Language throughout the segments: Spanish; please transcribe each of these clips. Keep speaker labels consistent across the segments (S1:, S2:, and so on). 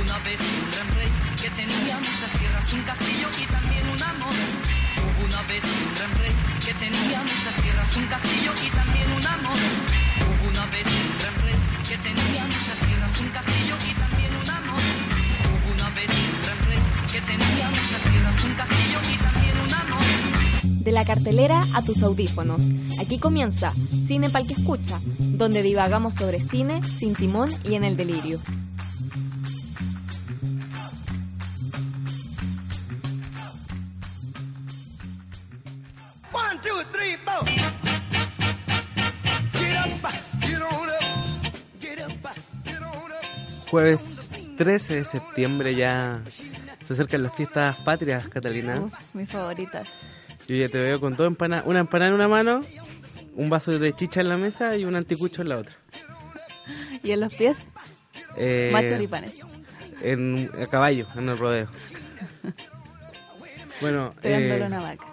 S1: Una vez un gran rey que tenía muchas tierras, un castillo y también un amor. Hubo una vez un gran rey que tenía muchas tierras, un castillo y también un amor. Hubo una vez un gran rey que tenía muchas tierras, un castillo y también un amor. Hubo una vez un gran rey que tenía muchas tierras, un castillo y también un amor.
S2: De la cartelera a tus audífonos. Aquí comienza Cine Pal que Escucha, donde divagamos sobre cine, sin timón y en el delirio.
S3: One, two, three, four. Get up, get on up, get up, get on up.
S4: Jueves 13 de septiembre ya se acercan las fiestas patrias, Catalina.
S5: Uf, mis favoritas.
S4: Yo ya te veo con todo empana, una empanada en una mano, un vaso de chicha en la mesa y un anticucho en la otra.
S5: Y en los pies,
S4: Eh,
S5: más choripanes.
S4: en a caballo, en el rodeo. Bueno,
S5: Pegándole
S4: eh,
S5: a una vaca.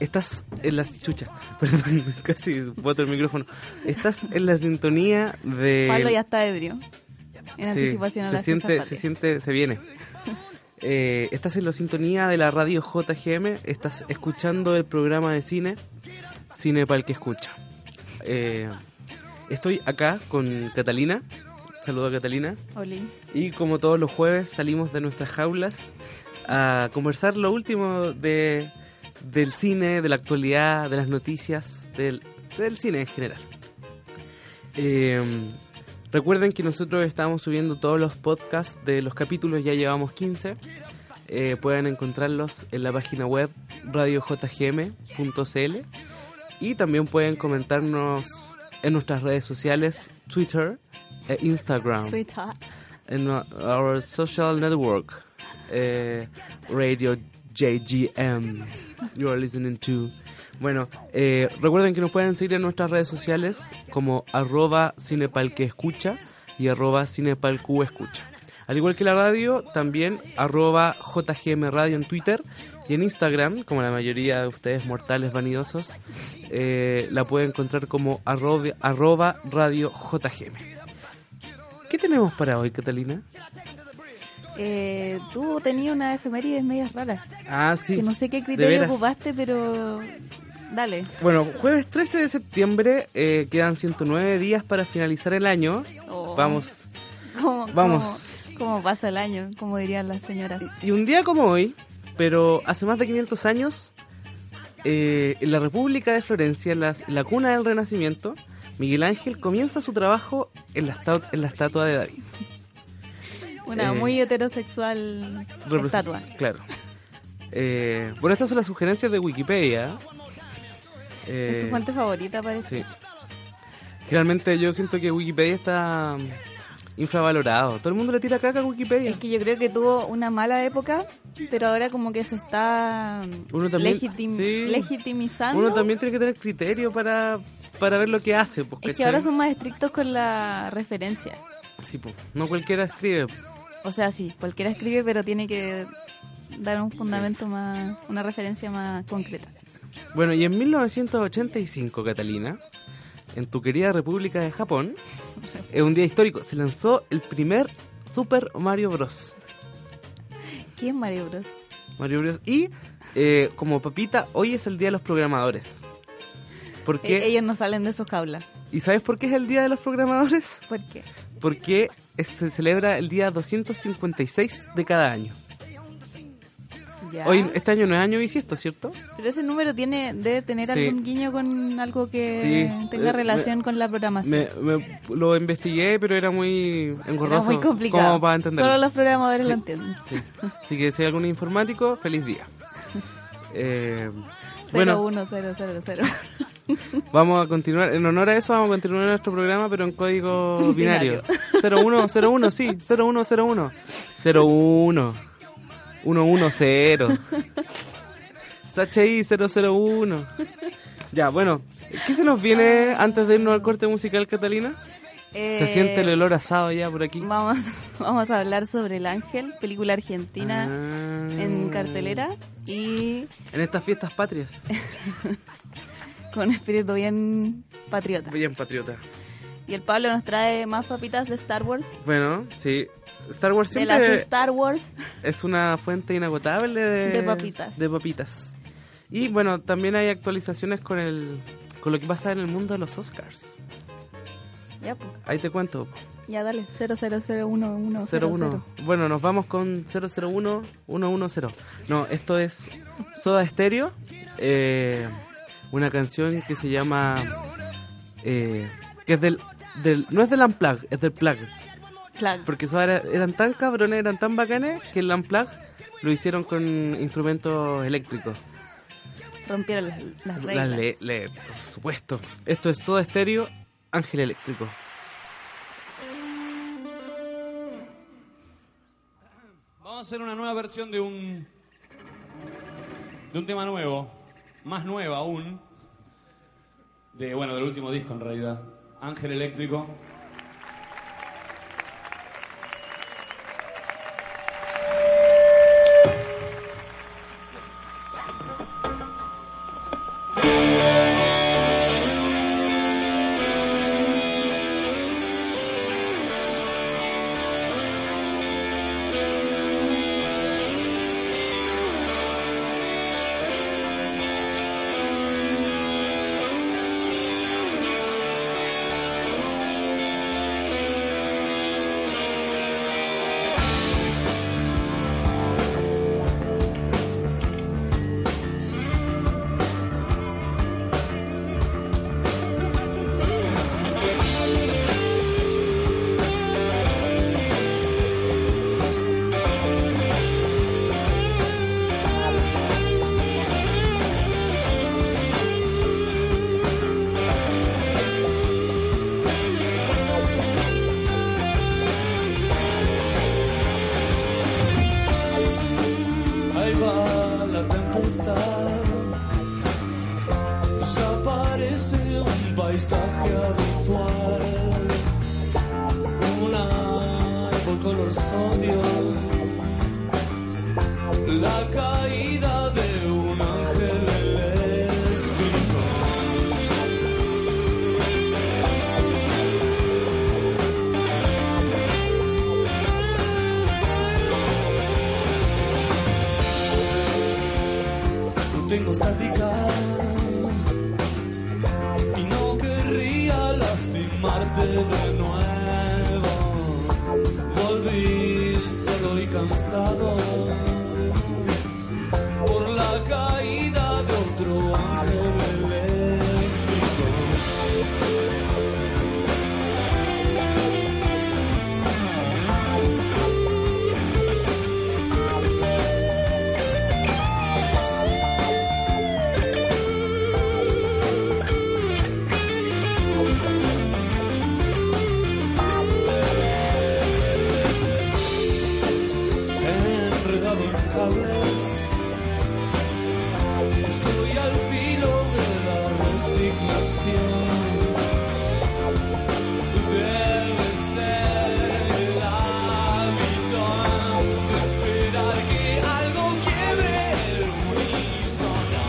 S4: estás en las chuchas, perdón, casi boto el micrófono. Estás en la sintonía de
S5: Pablo ya está ebrio. En
S4: eh, Sí,
S5: anticipación a
S4: se
S5: las
S4: siente,
S5: fiestas
S4: se
S5: patrias.
S4: siente, se viene. Eh, estás en la sintonía de la radio JGM, estás escuchando el programa de cine, Cine para el que escucha. Eh, estoy acá con Catalina, saludo a Catalina,
S5: Oli.
S4: y como todos los jueves salimos de nuestras jaulas a conversar lo último de, del cine, de la actualidad, de las noticias, del, del cine en general. Eh, recuerden que nosotros estamos subiendo todos los podcasts de los capítulos, ya llevamos 15. Eh, pueden encontrarlos en la página web radiojgm.cl y también pueden comentarnos en nuestras redes sociales, Twitter e Instagram
S5: Sweetheart.
S4: en no- our social network, eh, Radio JGM. You are listening to. Bueno, eh, recuerden que nos pueden seguir en nuestras redes sociales como arroba cinepalqueescucha y arroba cinepalqescucha. Al igual que la radio, también arroba JGM Radio en Twitter y en Instagram, como la mayoría de ustedes mortales vanidosos, eh, la pueden encontrar como arroba, arroba radio JGM. ¿Qué tenemos para hoy, Catalina?
S5: Eh, tú tenías una efemérides medias raras.
S4: Ah, sí.
S5: que no sé qué
S4: de
S5: criterio
S4: veras.
S5: ocupaste, pero. Dale.
S4: Bueno, jueves 13 de septiembre eh, quedan 109 días para finalizar el año.
S5: Oh.
S4: Vamos.
S5: ¿Cómo,
S4: Vamos.
S5: Cómo, cómo pasa el año? Como dirían las señoras.
S4: Y un día como hoy, pero hace más de 500 años, eh, en la República de Florencia, en las- en la cuna del Renacimiento, Miguel Ángel comienza su trabajo en la, estau- en la estatua de David. eh,
S5: Una muy heterosexual
S4: Represe-
S5: estatua.
S4: Claro. Eh, bueno, estas son las sugerencias de Wikipedia.
S5: Es tu
S4: Eh,
S5: fuente favorita, parece.
S4: Sí. Realmente yo siento que Wikipedia está mm, infravalorado. Todo el mundo le tira caca a Wikipedia.
S5: Es que yo creo que tuvo una mala época, pero ahora como que se está mm,
S4: Uno también-
S5: legitim-
S4: sí.
S5: legitimizando.
S4: Uno también tiene que tener criterio para, para ver lo que hace. pues,
S5: Es que
S4: ¿cachai?
S5: ahora son más estrictos con la referencia.
S4: Sí, pues, no cualquiera escribe.
S5: O sea, sí, cualquiera escribe, pero tiene que dar un fundamento más, una referencia más concreta.
S4: Bueno, y en 1985, Catalina, en tu querida República de Japón, es un día histórico. Se lanzó el primer Super Mario Bros.
S5: ¿Quién Mario Bros?
S4: Mario Bros. Y eh, como papita, hoy es el día de los programadores. Porque,
S5: Eh, ellos no salen de sus jaulas.
S4: ¿Y sabes por qué es el día de los programadores?
S5: ¿Por qué?
S4: porque es- se celebra el día 256 de cada año.
S5: Ya.
S4: Hoy, este año no es año bisiesto, ¿cierto?
S5: Pero ese número tiene debe tener
S4: Sí.
S5: algún guiño con algo que
S4: Sí.
S5: tenga
S4: Eh,
S5: relación
S4: me-
S5: con la programación.
S4: Me, me- lo investigué, pero era muy
S5: Era
S4: engorroso.
S5: muy complicado.
S4: Como para entenderlo.
S5: Solo los programadores
S4: Sí.
S5: lo entienden.
S4: Sí. Así que si hay algún informático, feliz día. Eh,
S5: Cero,
S4: bueno,
S5: uno, cero, cero, cero.
S4: vamos a continuar. En honor a eso, vamos a continuar nuestro programa, pero en código binario.
S5: Binario.
S4: 0101, sí, 0101. 01. 110. Sachi 001. Ya, bueno, ¿qué se nos viene antes de irnos al corte musical, Catalina? Se
S5: Eh,
S4: siente el olor asado ya por aquí.
S5: Vamos, vamos a hablar sobre El Ángel, película argentina
S4: Ah.
S5: en cartelera y
S4: En estas fiestas patrias.
S5: con espíritu bien patriota.
S4: Bien patriota.
S5: Y el Pablo nos trae más papitas de Star Wars.
S4: Bueno, sí. Star Wars
S5: De las
S4: siempre
S5: Star Wars.
S4: es una fuente inagotable de,
S5: De papitas.
S4: de papitas. Y bueno, también hay actualizaciones con el con lo que pasa en el mundo de los Oscars.
S5: Ya, pues.
S4: Ahí te cuento.
S5: Ya, dale. 0001100.
S4: 01. Bueno, nos vamos con 001 110. No, esto es Soda Stereo. eh, una canción que se llama. eh, que es del, del. No es del Unplug, es del Plug.
S5: Claro.
S4: Porque Soda era- eran tan cabrones, eran tan bacanes que el Unplug lo hicieron con instrumentos eléctricos.
S5: Rompieron las, las reglas.
S4: Las le- le- por supuesto. Esto es Soda Stereo, Ángel Eléctrico.
S6: Vamos a hacer una nueva versión de un. de un tema nuevo. Más nuevo aún. De, bueno, del último disco en realidad. Ángel Eléctrico.
S3: Ahí va la tempestad. Ya parece un paisaje habitual. Un árbol color sodio. La caída de un ángel eléctrico. No tengo estática y no querría lastimarte de nuevo. Volví solo y cansado por la caída de otro ángel eléctrico. enredado en cables. Estoy al filo de la resignación. Debe ser el hábito de esperar que algo quiebre el unísono.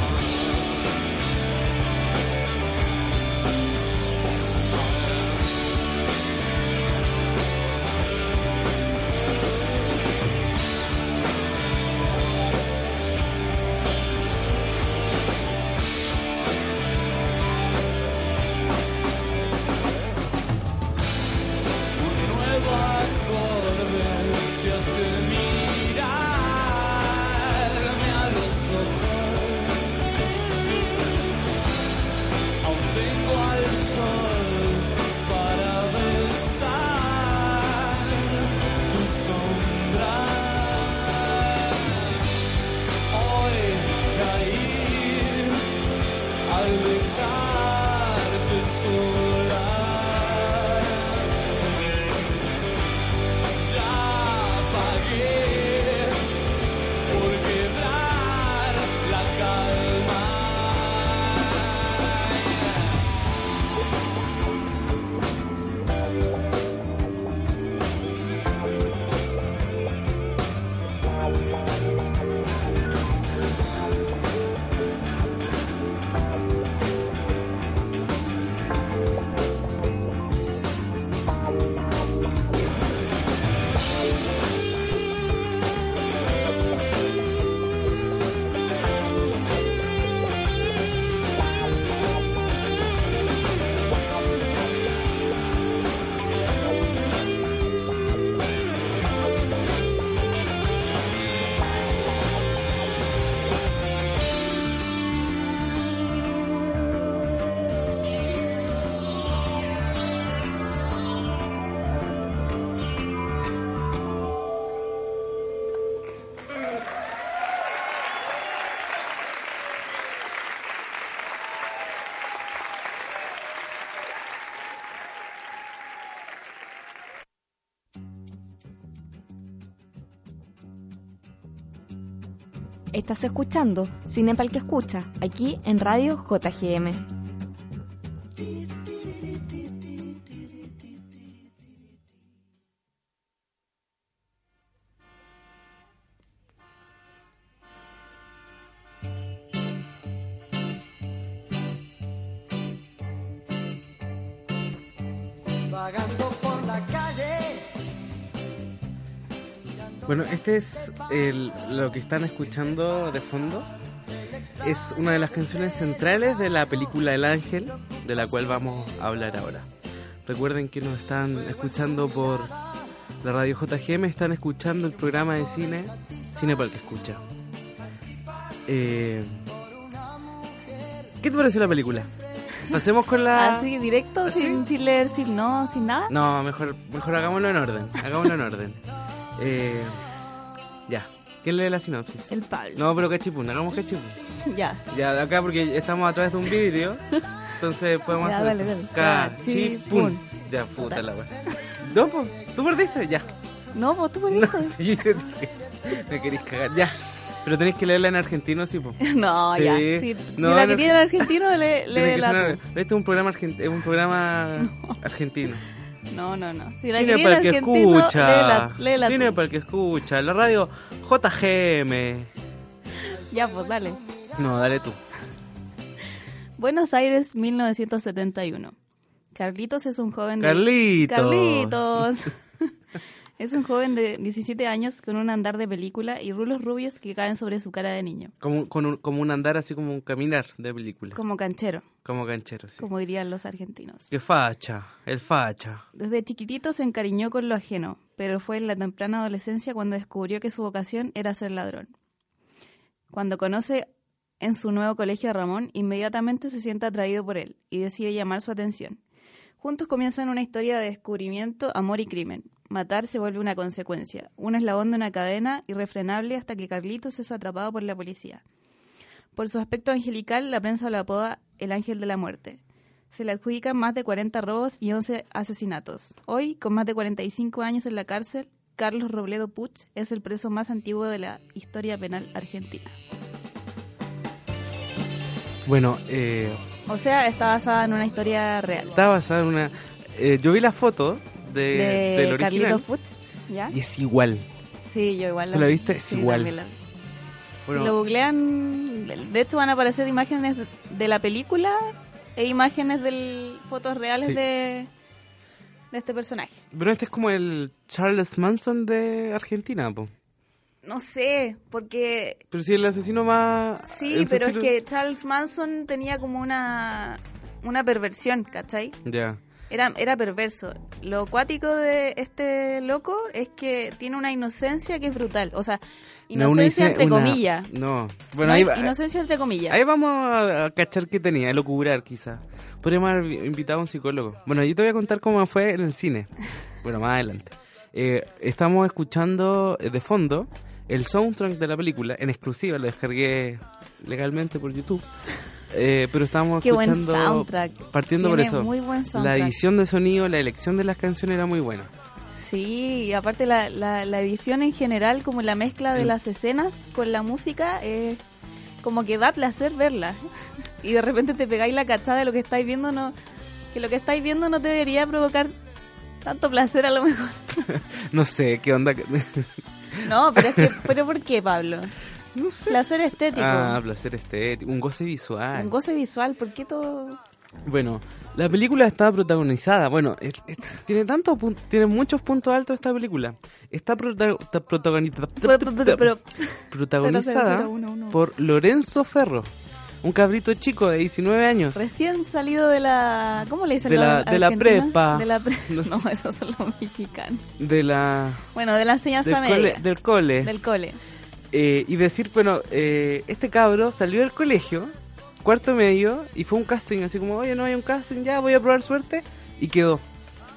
S3: nuevo acorde te hace mirarme a los ojos. Aún tengo al sol para besar tu sombra. Hoy caí al dejarte sola. Ya pagué
S2: Estás escuchando Cinepal que escucha, aquí en Radio JGM.
S7: Vagando por la calle.
S4: Bueno, este es el- lo que están escuchando de fondo. Es una de las canciones centrales de la película El Ángel, de la cual vamos a hablar ahora. Recuerden que nos están escuchando por la radio JGM, están escuchando el programa de cine, Cine para el que escucha. Eh, ¿Qué te pareció la película? Pasemos con la...
S5: Así, directo,
S4: Ah,
S5: Sin, sin leer, sin no, sin nada.
S4: No, mejor, mejor hagámoslo en orden. Hagámoslo en orden. Eh, ya. ¿Quién lee la sinopsis?
S5: El Pablo.
S4: No, pero cachipún, hagamos cachipún.
S5: Ya.
S4: Ya, de acá porque estamos a través de un vídeo. Entonces podemos
S5: Ya,
S4: hacer.
S5: dale, dale.
S4: Cachipún.
S5: Cachipún.
S4: Ya, puta la wea. No, po, tú perdiste, ya.
S5: No, vos tú
S4: No,
S5: perdiste.
S4: yo hice- Me querís cagar, ya. Pero tenéis que leerla en argentino, sí, po.
S5: No,
S4: Sí.
S5: ya. Si, si
S4: No,
S5: la
S4: no.
S5: que tiene el argentino, le,
S4: Tiene que
S5: le la
S4: sonar-
S5: tú.
S4: Este es un programa, argen- es un programa argentino.
S5: No, no, no. Si la que
S4: Cine
S5: tiene
S4: para
S5: el
S4: el que
S5: argentino,
S4: escucha.
S5: léela, léela
S4: Cine
S5: tú.
S4: para el que escucha. La radio JGM.
S5: Ya, pues dale.
S4: No, dale tú.
S5: Buenos Aires, 1971. Carlitos es un joven de...
S4: Carlitos.
S5: Carlitos. es un joven de 17 años con un andar de película y rulos rubios que caen sobre su cara de niño.
S4: Como, con un, como un andar así como un caminar de película. Como,
S5: Como canchero,
S4: canchero, sí.
S5: como dirían los argentinos.
S4: Que facha, el facha.
S5: Desde chiquitito se encariñó con lo ajeno, pero fue en la temprana adolescencia cuando descubrió que su vocación era ser ladrón. Cuando conoce en su nuevo colegio a Ramón, inmediatamente se siente atraído por él y decide llamar su atención. Juntos comienzan una historia de descubrimiento, amor y crimen. Matar se vuelve una consecuencia, un eslabón de una cadena irrefrenable hasta que Carlitos es atrapado por la policía. Por su aspecto angelical, la prensa lo apoda el ángel de la muerte. Se le adjudican más de 40 robos y 11 asesinatos. Hoy, con más de 45 años en la cárcel, Carlos Robledo Puch es el preso más antiguo de la historia penal argentina.
S4: Bueno, eh,
S5: O sea, está basada en una historia real.
S4: está basada en una... eh, yo vi la foto de,
S5: de
S4: Eh, del original.
S5: Carlitos Puch. ¿Ya?
S4: Y es igual.
S5: Sí, yo igual.
S4: ¿Tú la viste? Es
S5: sí,
S4: igual.
S5: también la-
S4: Bueno,
S5: Si lo googlean, de hecho van a aparecer imágenes de la película e imágenes de fotos reales
S4: Sí.
S5: de, de este personaje.
S4: pero este es como el Charles Manson de Argentina, po.
S5: No sé, porque
S4: Pero si el asesino más...
S5: Sí,
S4: el
S5: pero es
S4: asesino-
S5: que Charles Manson tenía como una, una perversión, ¿cachai?
S4: Ya.
S5: Era, era perverso. Lo acuático de este loco es que tiene una inocencia que es brutal. O sea,
S4: No, uno dice
S5: inocencia entre
S4: una-
S5: comillas.
S4: No.
S5: No,
S4: Bueno, ahí va- eh,
S5: Inocencia entre comillas.
S4: Ahí vamos a, a cachar qué tenía, a locurar quizás. Podríamos haber invitado a un psicólogo. Bueno, yo te voy a contar cómo fue en el cine. Bueno, más adelante. Eh, estamos escuchando eh, de fondo el soundtrack de la película, en exclusiva, lo descargué legalmente por YouTube. Eh, pero estamos
S5: Qué buen
S4: escuchando,
S5: soundtrack.
S4: partiendo por
S5: Tiene
S4: eso,
S5: muy buen soundtrack.
S4: la edición de sonido, la elección de las canciones era muy buena.
S5: Sí, y aparte la, la, la edición en general, como la mezcla de
S4: El-
S5: las escenas con la música, eh, como que da placer verla. Y de repente te pegáis la cachada de lo que estáis viendo, no, que lo que estáis viendo no te debería provocar tanto placer a lo mejor.
S4: No sé, qué onda. que-
S5: No, pero es que, ¿pero por qué, Pablo?
S4: no sé.
S5: Placer estético.
S4: Ah, placer estético, un goce visual.
S5: Un goce visual, ¿por qué todo?
S4: Bueno, la película está protagonizada. Bueno, es- es- tiene tanto pun- tiene muchos puntos altos esta película. Está, prota- está protagoniza-
S5: Pero- pero- pero-
S4: protagonizada
S5: 00011.
S4: por Lorenzo Ferro, un cabrito chico de 19 años.
S5: Recién salido de la... ¿Cómo le dicen
S4: De
S5: los
S4: la- de la
S5: argentinos?
S4: prepa.
S5: De la pre-
S4: No sé.
S5: No, esos son los mexicanos.
S4: De la.
S5: Bueno, de la enseñanza
S4: Del
S5: media.
S4: cole, del cole.
S5: del cole.
S4: Eh, y decir, bueno, eh, este cabro salió del colegio, cuarto medio, y fue a un casting, así como, oye, no hay un casting, ya voy a probar suerte, y quedó.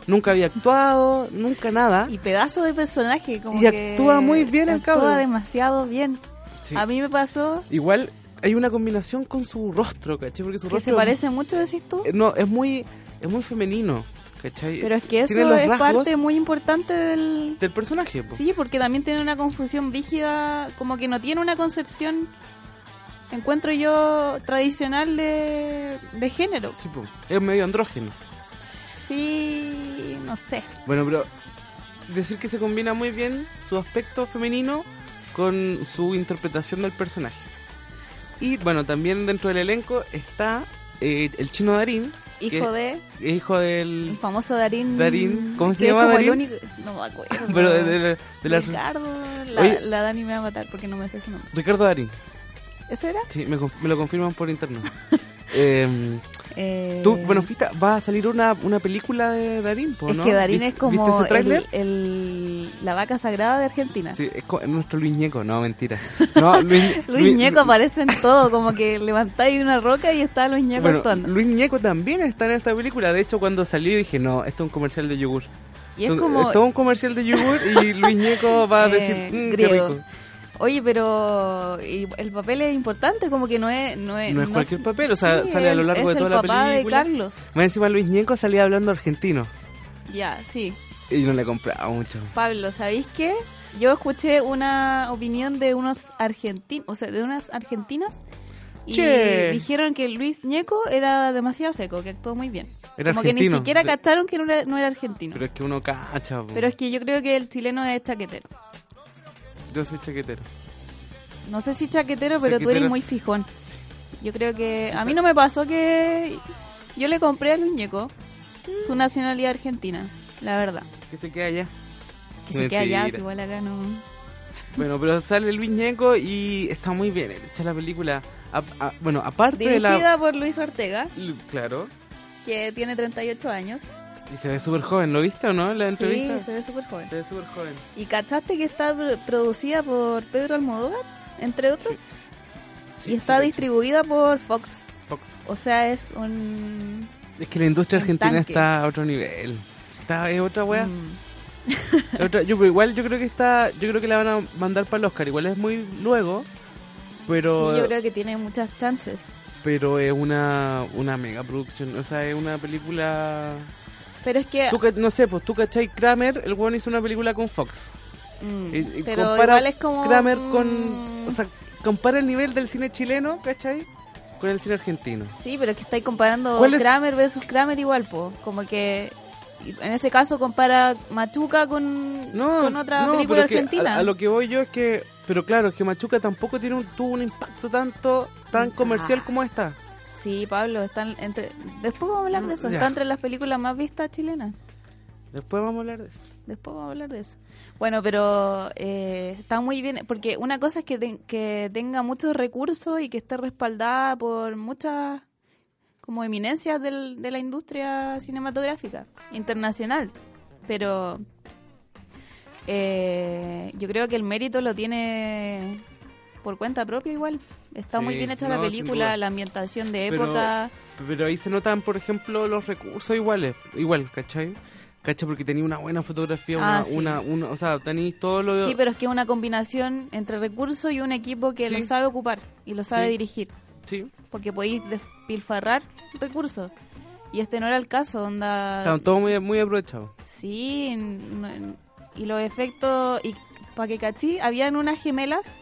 S4: Nunca había actuado, nunca nada.
S5: Y pedazo de personaje,
S4: Ah.
S5: como
S4: Y
S5: que
S4: actúa muy bien el
S5: actúa
S4: cabrón.
S5: demasiado bien.
S4: Sí.
S5: A mí me pasó
S4: Igual hay una combinación con su rostro, eh, ¿caché? Porque su
S5: que
S4: rostro.
S5: se parece mucho, decís tú.
S4: eh, No, es muy, es muy femenino, ¿cachai?
S5: Pero es que eso
S4: Tiene los
S5: es
S4: rasgos
S5: parte muy importante del...
S4: del personaje. po.
S5: Sí, porque también tiene una confusión rígida, como que no tiene una concepción, encuentro yo, tradicional de, de género.
S4: Sí, po. Es medio andrógeno.
S5: Sí, no sé.
S4: Bueno, pero decir que se combina muy bien su aspecto femenino con su interpretación del personaje. Y bueno, también dentro del elenco está eh, el chino Darín,
S5: Hijo de...
S4: que es hijo del...
S5: El famoso Darín.
S4: Darín, ¿cómo se
S5: que es
S4: llama
S5: como
S4: Darín?
S5: el único- No me acuerdo.
S4: Pero de, de- de la-
S5: Ricardo, la,
S4: Oye.
S5: la Dani me va a matar porque no me sé su nombre.
S4: Ricardo Darín,
S5: ¿Ese era?
S4: sí, me, conf- me lo confirman por interno. Em,
S5: Eh,
S4: tú, bueno, Fista, va a salir una, una película de Darín, po,
S5: es
S4: ¿no?
S5: que Darín
S4: ¿Viste-
S5: es como
S4: ¿Viste ese tráiler?
S5: el, el- la vaca sagrada de Argentina.
S4: Sí, es co- nuestro Luis Ñeco, no, mentira. No, Luis,
S5: Ah. Luis, Ñeco aparece en todo, como que levantáis una roca y está Luis Ñeco
S4: Bueno,
S5: actuando.
S4: Luis Ñeco también está en esta película. De hecho, cuando salió dije, no, esto es un comercial de yogur.
S5: y es
S4: Esto-
S5: como,
S4: Esto es un comercial de yogur y Luis Ñeco va a
S5: Eh,
S4: decir, "Mm, qué
S5: griego.
S4: rico.
S5: oye, pero y el papel es importante, como que no es... No es,
S4: No es cualquier papel, o sea, sale a lo
S5: él
S4: largo de
S5: es
S4: toda
S5: el
S4: la
S5: papá de
S4: película.
S5: Carlos.
S4: Más encima Luis Ñeco salía hablando argentino.
S5: Ya, sí.
S4: Y no le compraba mucho.
S5: Pablo, ¿sabéis qué? Yo escuché una opinión de unos argentinos, o sea, de unas argentinas. Y
S4: Che.
S5: dijeron que Luis Ñeco era demasiado seco, que actuó muy bien.
S4: Era
S5: Como que
S4: argentino.
S5: ni siquiera
S4: Pero-
S5: captaron que no era, no era argentino.
S4: Pero
S5: Pero,
S4: es que uno cacha. po.
S5: es que yo creo que el chileno es chaquetero.
S4: Yo soy chaquetero.
S5: No sé si chaquetero, pero tú
S4: Chaquetero.
S5: eres muy fijón. Yo creo que... A mí no me pasó que... Yo le compré a Luis Ñeco
S4: Mm.
S5: su nacionalidad argentina, la verdad.
S4: Que se queda allá.
S5: Que se queda allá,
S4: Mentira.
S5: si igual acá no...
S4: Bueno, pero sale Luis Ñeco y está muy bien hecha la película. A- a- bueno, aparte de la...
S5: Dirigida por Luis Ortega.
S4: L- Claro.
S5: que tiene 38 años.
S4: Y se ve súper joven. ¿Lo viste o no en la entrevista?
S5: Sí, se ve súper joven.
S4: Se ve súper joven.
S5: ¿Y cachaste que está pr- producida por Pedro Almodóvar, entre otros?
S4: Sí,
S5: y está
S4: sí,
S5: distribuida por Fox.
S4: Fox.
S5: O sea, es un...
S4: Es que la industria
S5: Un
S4: argentina
S5: tanque.
S4: está a otro nivel. Está, es otra wea.
S5: Mm,
S4: es otra- yo, pero igual yo creo que está, yo creo que la van a mandar para el Oscar. Igual es muy luego, pero
S5: Sí, yo creo que tiene muchas chances.
S4: pero es una una mega producción. O sea, es una película.
S5: Pero es que...
S4: Tú ca- no sé, pues tú cachai Kramer, el weón hizo una película con Fox.
S5: mm,
S4: Y- y
S5: pero
S4: compara
S5: igual es como...
S4: Kramer
S5: mm,
S4: con, o sea, compara el nivel del cine chileno, cachai, con el cine argentino.
S5: Sí, pero es que estáis comparando
S4: ¿Cuál es-
S5: Kramer versus Kramer igual, po. Como que... y En ese caso compara Machuca con,
S4: No,
S5: con otra
S4: no,
S5: película
S4: pero que
S5: argentina.
S4: a, a lo que voy yo es que, pero claro, es que Machuca tampoco tiene un, tuvo un impacto tanto tan
S5: Ah.
S4: comercial como esta.
S5: Sí, Pablo, están entre. Después vamos a hablar de eso.
S4: Ya.
S5: Está entre las películas más vistas chilenas.
S4: Después vamos a hablar de eso.
S5: Después vamos a hablar de eso. Bueno, pero eh, está muy bien, porque una cosa es que, ten- que tenga muchos recursos y que esté respaldada por muchas como eminencias del- de la industria cinematográfica internacional. Pero eh, yo creo que el mérito lo tiene por cuenta propia igual. Está muy
S4: Sí,
S5: bien hecha
S4: no, sin
S5: la
S4: duda.
S5: película, la ambientación de
S4: Pero-
S5: época.
S4: Pero ahí se notan, por ejemplo, los recursos iguales, igual, ¿cachai? ¿Cachai? Porque tenía una buena fotografía, una,
S5: Ah, sí.
S4: una, una- o sea, tenéis todo lo...
S5: Sí, pero es que es una combinación entre recursos y un equipo que
S4: Sí.
S5: lo sabe ocupar y lo sabe
S4: Sí.
S5: dirigir,
S4: Sí.
S5: porque podéis despilfarrar recursos. Y este no era el caso, onda...
S4: Estaban todos muy, muy aprovechados.
S5: Sí, n- n- y los efectos... Y para que cachí, habían unas gemelas.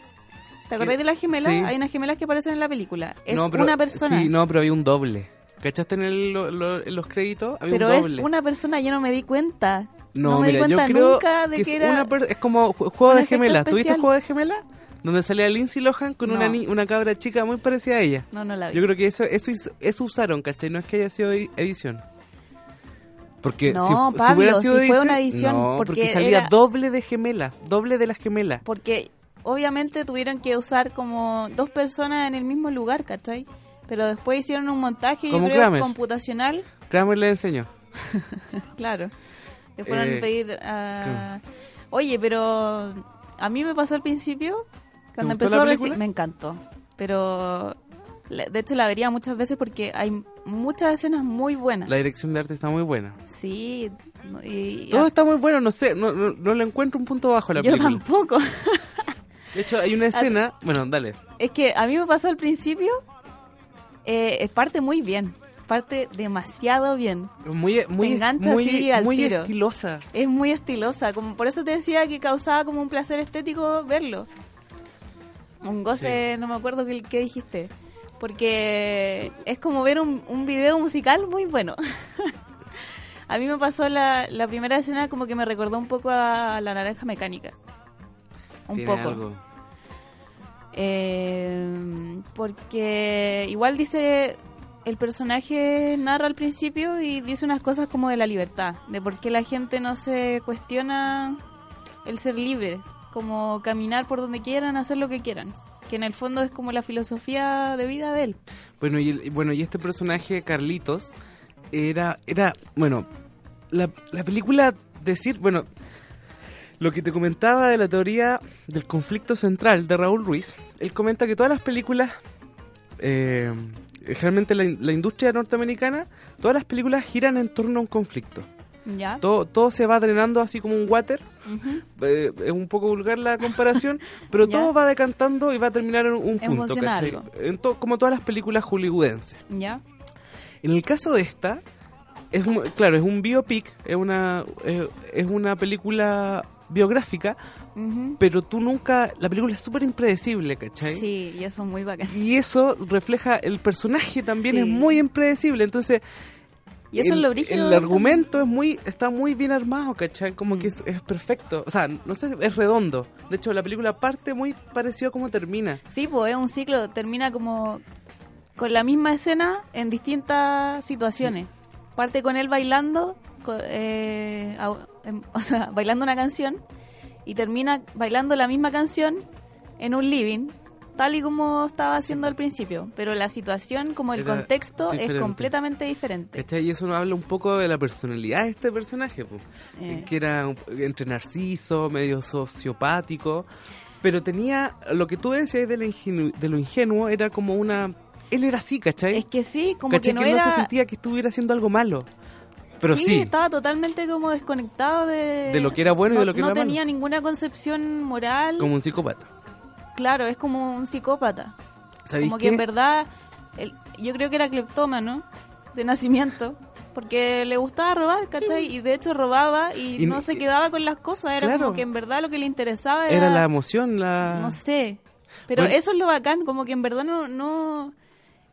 S5: ¿Te acordáis de las gemelas?
S4: Sí.
S5: Hay unas gemelas que aparecen en la película. Es
S4: No, pero-
S5: una persona.
S4: Sí, no, pero había un doble. ¿Cachaste en, el- lo- lo- en los créditos? Había
S5: pero
S4: un
S5: es
S4: doble.
S5: una persona, yo no me di cuenta.
S4: No,
S5: me
S4: mira,
S5: di cuenta
S4: yo creo
S5: nunca de
S4: que,
S5: que,
S4: es,
S5: era...
S4: una per- es como ju- juego
S5: un
S4: de
S5: efecto
S4: gemelas. ¿Tuviste
S5: especial.
S4: juego de gemelas? Donde salía Lindsay Lohan con una,
S5: No.
S4: ni- una cabra chica muy parecida a ella.
S5: No, no la vi.
S4: Yo creo que eso eso hizo- eso usaron, ¿cachai? No es que haya sido e- edición. Porque
S5: No,
S4: si, fu- si
S5: Pablo,
S4: hubiera sido
S5: si fue una edición,
S4: no, porque,
S5: porque
S4: salía
S5: era-
S4: doble de gemelas, doble de las gemelas.
S5: Porque obviamente tuvieron que usar como dos personas en el mismo lugar, ¿cachai? Pero después hicieron un montaje yo
S4: Como
S5: creo,
S4: Kramer.
S5: computacional,
S4: Kramer le enseñó.
S5: claro. Le fueron
S4: Eh,
S5: a pedir a... Oye, pero a mí me pasó al principio, cuando
S4: gustó
S5: empezó
S4: la
S5: a reci-
S4: película?
S5: me encantó. Pero la- de hecho la vería muchas veces porque hay muchas escenas muy buenas.
S4: La dirección de arte está muy buena.
S5: Sí, no- y...
S4: Todo está muy bueno, no sé, no, no, no le encuentro un punto bajo a la
S5: yo
S4: película.
S5: tampoco.
S4: De hecho, hay
S5: Ah,
S4: una escena, bueno, dale.
S5: Es que a mí me pasó al principio, eh, parte muy bien. parte demasiado bien.
S4: Muy, muy,
S5: engancha así
S4: muy,
S5: al
S4: muy
S5: tiro.
S4: estilosa.
S5: Es muy estilosa, como por eso te decía que causaba como un placer estético verlo. Un goce, no me acuerdo qué, qué dijiste. Porque es como ver un, un video musical muy bueno. a mí me pasó la, la primera escena como que me recordó un poco a La Naranja Mecánica. Un
S4: Tiene
S5: poco.
S4: algo.
S5: Eh, porque igual dice, el personaje narra al principio y dice unas cosas como de la libertad, de por qué la gente no se cuestiona el ser libre, como caminar por donde quieran, hacer lo que quieran, que en el fondo es como la filosofía de vida de él.
S4: Bueno, y, el- bueno, y este personaje, Carlitos, era, era bueno, la, la película decir, bueno, lo que te comentaba de la teoría del conflicto central de Raúl Ruiz, él comenta que todas las películas, eh, generalmente la, in- la industria norteamericana, todas las películas giran en torno a un conflicto.
S5: ¿Ya?
S4: Todo, todo se va drenando así como un water,
S5: Ujú.
S4: eh, es un poco vulgar la comparación, pero
S5: Ya.
S4: todo va decantando y va a terminar en un
S5: En
S4: punto,
S5: función a
S4: ¿cachai?
S5: algo.
S4: En to- como todas las películas hollywoodenses.
S5: ¿Ya?
S4: En el caso de esta, es un- claro, es un biopic, es una, es, es una película biográfica,
S5: Ujú.
S4: pero tú nunca, la película es súper impredecible, ¿cachai?
S5: Sí, y eso es muy bacán.
S4: Y eso refleja, el personaje también es
S5: Sí.
S4: muy impredecible, entonces
S5: Y eso
S4: el,
S5: es lo brígido.
S4: el argumento es muy está muy bien armado, ¿cachai? Como
S5: Mm.
S4: que es, es perfecto. O sea, no sé, es redondo. De hecho, la película parte muy parecido a cómo termina.
S5: Sí, pues es un ciclo, termina como con la misma escena en distintas situaciones. Parte con él bailando, co- eh, au- em, o sea, bailando una canción y termina bailando la misma canción en un living, tal y como estaba haciendo al principio. Pero la situación, como el
S4: Era
S5: contexto,
S4: diferente.
S5: es completamente diferente.
S4: ¿Cachai? Y eso nos habla un poco de la personalidad de este personaje, po.
S5: Eh.
S4: que era un- entre narciso, medio sociopático, pero tenía, lo que tú decías de, la ingenu- de lo ingenuo, era como una... Él era así, ¿cachai?
S5: Es que sí, como
S4: ¿Cachai?
S5: que no
S4: él
S5: era...
S4: se sentía que estuviera haciendo algo malo, pero sí.
S5: estaba totalmente como desconectado de...
S4: De lo que era bueno y de
S5: no-
S4: lo que
S5: no
S4: era malo.
S5: tenía ninguna concepción moral.
S4: Como un psicópata.
S5: Claro, es como un psicópata.
S4: ¿Sabéis
S5: como
S4: qué?
S5: que en verdad, él- yo creo que era cleptómano de nacimiento, porque le gustaba robar, ¿cachai? Y de hecho robaba y,
S4: Y
S5: no
S4: ni-
S5: se quedaba con las cosas, era
S4: Claro.
S5: como que en verdad lo que le interesaba era,
S4: Era la emoción, la...
S5: no sé. Pero
S4: Bueno.
S5: eso es lo bacán, como que en verdad no... no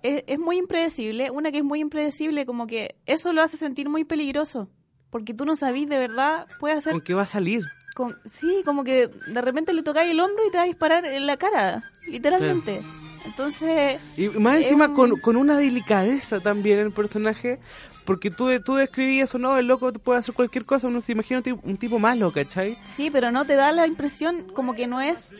S5: es, es muy impredecible, una que es muy impredecible, como que eso lo hace sentir muy peligroso, porque tú no sabís de verdad, puede hacer...
S4: ¿Con qué va a salir?
S5: Con- sí, como que de repente le tocáis el hombro y te va a disparar en la cara, literalmente. Entonces,
S4: Y más
S5: Es
S4: encima
S5: un-
S4: con, con una delicadeza también el personaje, porque tú, tú describías o no, el loco te puede hacer cualquier cosa, uno se imagina un tipo, un tipo malo, ¿cachai?
S5: sí, pero no te da la impresión como que no es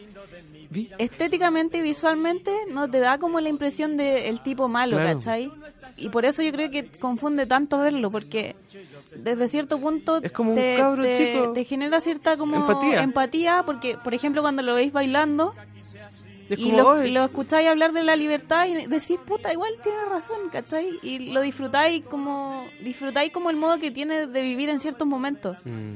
S4: Vi-
S5: estéticamente y visualmente, no te da como la impresión del tipo malo,
S4: Claro.
S5: ¿cachai? Y por eso yo creo que confunde tanto verlo, porque desde cierto punto
S4: Es como un
S5: te,
S4: cabro
S5: te-
S4: chico.
S5: te genera cierta como
S4: Empatía.
S5: empatía, porque por ejemplo cuando lo veis bailando,
S4: Es
S5: y
S4: como,
S5: lo,
S4: "Ay".
S5: lo escucháis hablar de la libertad y decís, puta, igual tiene razón, ¿cachai? Y lo disfrutáis como, disfrutáis como el modo que tiene de vivir en ciertos momentos.
S4: Mm.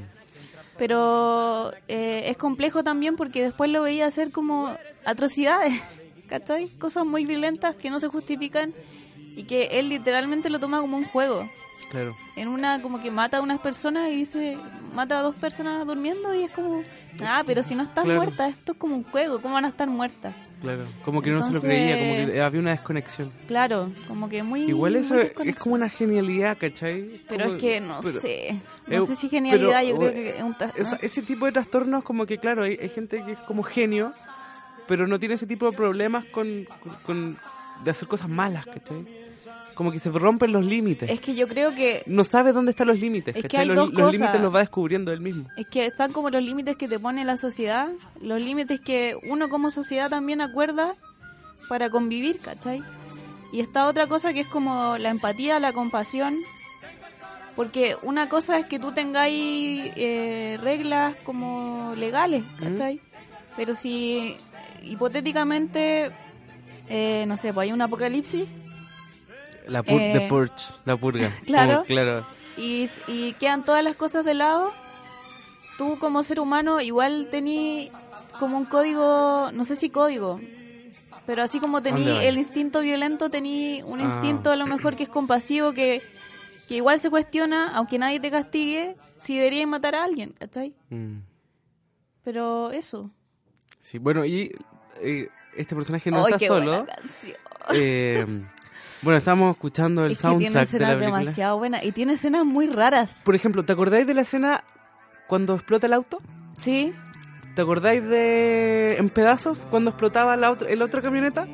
S5: Pero eh, es complejo también porque después lo veía hacer como atrocidades, ¿cachai? Cosas muy violentas que no se justifican y que él literalmente lo toma como un juego.
S4: Claro.
S5: En una como que mata a unas personas y dice, mata a dos personas durmiendo y es como, ah, pero si no están
S4: Claro.
S5: muertas, esto es como un juego, ¿cómo van a estar muertas?
S4: Claro, como que no se lo
S5: Entonces-
S4: creía, como que había una desconexión.
S5: Claro, como que muy...
S4: Igual eso
S5: muy
S4: es, es como
S5: desconexión.
S4: una genialidad, ¿cachai?
S5: Pero
S4: Como-
S5: es que no
S4: pero-
S5: sé, no
S4: eh,
S5: sé si genialidad,
S4: pero,
S5: yo creo
S4: eh,
S5: que es un... ta-
S4: eso-
S5: ¿no?
S4: ese tipo de trastornos, como que claro, hay, hay gente que es como genio, pero no tiene ese tipo de problemas con, con- con- de hacer cosas malas, ¿cachai? Como que se rompen los límites.
S5: Es que yo creo que
S4: No sabe dónde están los límites,
S5: Es que
S4: ¿cachai?
S5: hay
S4: los
S5: dos
S4: los
S5: cosas.
S4: límites los va descubriendo él mismo.
S5: Es que están como los límites que te pone la sociedad, los límites que uno como sociedad también acuerda para convivir, ¿cachai? Y está otra cosa que es como la empatía, la compasión, porque una cosa es que tú tengáis eh, reglas como legales, ¿cachai? Pero si hipotéticamente, eh, no sé, pues hay un apocalipsis
S4: La pur
S5: Eh,
S4: the purge, la purga.
S5: claro.
S4: Como- claro.
S5: y, y quedan todas las cosas de lado, tú como ser humano igual tení como un código, no sé si código, Pero así como tení
S4: ¿Dónde va?
S5: el instinto violento, tení un
S4: Ah.
S5: instinto a lo mejor que es compasivo, que, que igual se cuestiona, aunque nadie te castigue, si deberías matar a alguien, ¿cachai?
S4: Mm.
S5: Pero eso.
S4: Sí, bueno, y eh, este personaje no
S5: ¡Ay,
S4: está
S5: qué
S4: solo.
S5: buena canción!
S4: Eh, bueno, estamos escuchando el
S5: Es que tiene
S4: soundtrack de la
S5: escenas
S4: película.
S5: demasiado buenas y tiene escenas muy raras.
S4: Por ejemplo, ¿te acordáis de la escena cuando explota el auto?
S5: ¿Sí?
S4: ¿Te acordáis de en pedazos cuando explotaba la otra- el otro camioneta?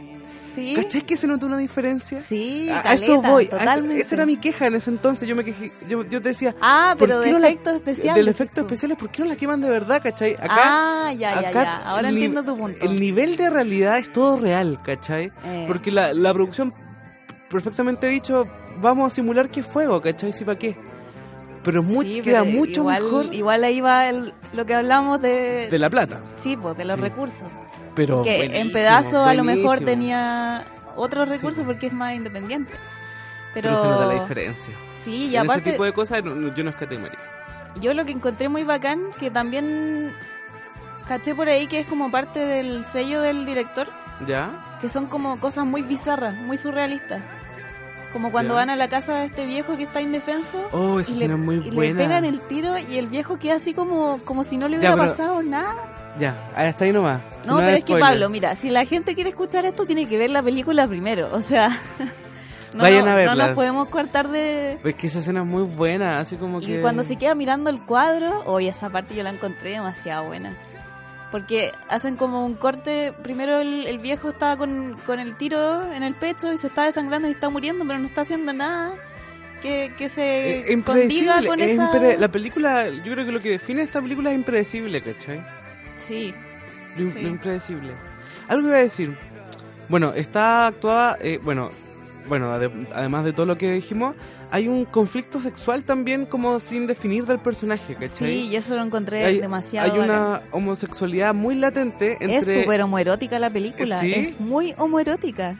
S5: Sí.
S4: ¿Cachai que se notó una diferencia?
S5: Sí,
S4: a, a
S5: caleta,
S4: eso voy. a eso-
S5: totalmente.
S4: esa era mi queja en ese entonces. Yo me quejé, yo, yo decía,
S5: Ah,
S4: ¿por
S5: pero
S4: qué
S5: de
S4: no la-
S5: efectos especiales.
S4: Del
S5: dices
S4: efecto
S5: tú.
S4: especial, ¿por qué no la queman de verdad, cachai? Acá,
S5: Ah, ya, ya,
S4: acá
S5: ya. Ahora
S4: el ni-
S5: entiendo tu punto.
S4: El nivel de realidad es todo real, cachai.
S5: Eh.
S4: Porque la, la producción, perfectamente dicho, vamos a simular que es fuego, cachai, si para qué. Pero mucho,
S5: Sí,
S4: queda
S5: pero
S4: mucho
S5: igual,
S4: mejor
S5: Igual ahí va el- lo que hablamos de,
S4: de la plata.
S5: sí, pues, de los
S4: Sí.
S5: recursos.
S4: Pero
S5: que en
S4: Oh, buenísimo,
S5: pedazos a lo mejor
S4: buenísimo.
S5: tenía otros recursos porque es más independiente. Pero,
S4: Pero... se nota la diferencia.
S5: Sí, y
S4: en ese
S5: aparte,
S4: tipo de cosas no- no- yo no escatimaría.
S5: yo lo que encontré muy bacán, que también caché por ahí que es como parte del sello del director,
S4: ¿Ya?
S5: que son como cosas muy bizarras, muy surrealistas. Como cuando
S4: Ya.
S5: van a la casa de este viejo que está indefenso
S4: Oh, esa
S5: y,
S4: escena
S5: le,
S4: es muy
S5: y le
S4: buena.
S5: pegan el tiro y el viejo queda así como, como si no le
S4: Ya,
S5: hubiera
S4: pero-
S5: pasado nada.
S4: Ya, ahí- hasta ahí nomás. Si
S5: No,
S4: hay
S5: pero es que
S4: spoiler.
S5: Pablo, mira, si la gente quiere escuchar esto tiene que ver la película primero, o sea, no,
S4: Vayan
S5: no-
S4: a
S5: no nos
S4: verla.
S5: podemos cortar de...
S4: Es que esa escena es muy buena, así como que...
S5: Y cuando se queda mirando el cuadro, hoy esa parte yo la encontré demasiado buena. Porque hacen como un corte, primero el, el viejo está con, con el tiro en el pecho y se está desangrando y está muriendo, pero no está haciendo nada que, que
S4: Eh,
S5: se
S4: impredecible,
S5: condiga con
S4: es
S5: esa...
S4: impre- La película, yo creo que lo que define esta película es impredecible, ¿cachai?
S5: Sí,
S4: Lo, im-
S5: Sí.
S4: lo impredecible. Algo iba a decir. Bueno, está actuada, eh, bueno, bueno, ade- además de todo lo que dijimos, hay un conflicto sexual también como sin definir del personaje, ¿cachai?
S5: sí, y eso lo encontré
S4: hay,
S5: demasiado
S4: hay
S5: bacán.
S4: una homosexualidad muy latente entre...
S5: Es súper homoerótica la película,
S4: ¿Sí?
S5: es muy homoerótica.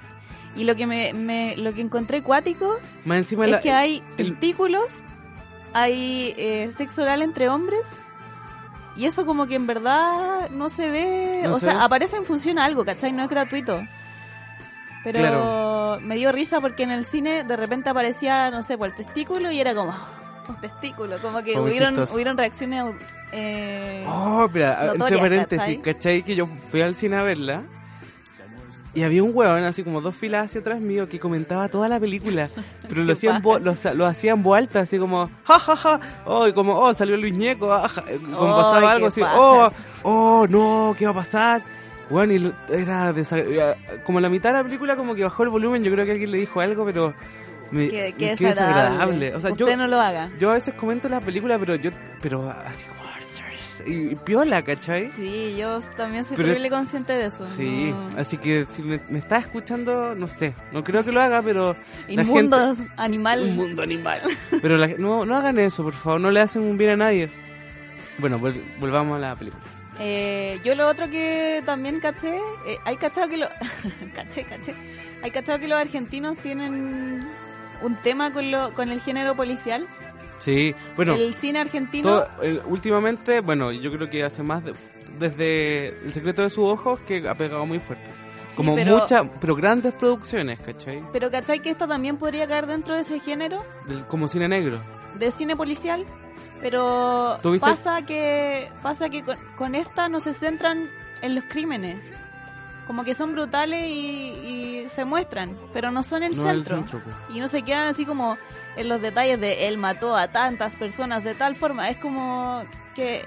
S5: Y lo que me, me- lo que encontré cuático
S4: Más encima
S5: es
S4: la-
S5: que hay
S4: el-
S5: testículos, hay eh, sexo oral entre hombres y eso como que en verdad no se ve,
S4: No
S5: o
S4: se
S5: sea,
S4: ve.
S5: aparece en función a algo, ¿cachai? No es gratuito. Pero
S4: Claro.
S5: me dio risa porque en el cine de repente aparecía, no sé, por el testículo y era como un testículo, como que
S4: Fue muy
S5: hubieron,
S4: chistoso.
S5: hubieron reacciones eh,
S4: Oh, mira, entre
S5: notorias,
S4: paréntesis,
S5: ¿cachai?
S4: ¿cachai? Que yo fui al cine a verla y había un huevón así como dos filas hacia atrás mío que comentaba toda la película, pero lo
S5: Qué
S4: hacían vo- lo, sa- lo hacían vuelta así como ja ja ja, oh, y como oh, salió Luis Ñeco, ah, ja, y como
S5: Oh,
S4: pasaba
S5: qué
S4: algo así,
S5: pajas.
S4: oh, oh, no, ¿qué va a pasar? Bueno, y lo- era desa- como la mitad de la película como que bajó el volumen, yo creo que alguien le dijo algo, pero me,
S5: que,
S4: me
S5: que es
S4: quedé
S5: agradable.
S4: O sea,
S5: Usted
S4: yo,
S5: no lo haga.
S4: yo a veces comento las películas, pero yo, pero así como "Ah, y, y piola, ¿cachai?
S5: Sí, yo también soy
S4: Pero-
S5: terrible consciente de eso.
S4: Sí,
S5: no-
S4: así que si me, me estás escuchando, no sé, no creo que lo haga, pero la
S5: Inmundo
S4: gente, un
S5: animal.
S4: mundo animal. Pero la- no, no hagan eso, por favor, no le hacen un bien a nadie. Bueno, vol- volvamos a la película.
S5: Eh, yo lo otro que también caché, eh, hay cachado que lo caché, caché. Hay cachado que los argentinos tienen un tema con lo con el género policial.
S4: Sí, bueno,
S5: el cine argentino
S4: todo- el- últimamente, bueno, yo creo que hace más de- desde El secreto de sus ojos que ha pegado muy fuerte.
S5: sí,
S4: Como
S5: pero,
S4: muchas, pero grandes producciones, ¿cachai?
S5: pero cachai que esta también podría caer dentro de ese género
S4: Del- como cine negro.
S5: de cine policial, pero
S4: ¿Tú viste?
S5: pasa que pasa que con, con esta no se centran en los crímenes. Como que son brutales y, y se muestran, pero no son el
S4: no el
S5: centro.
S4: centro. pues.
S5: Y no se quedan así como en los detalles de él mató a tantas personas de tal forma. Es como que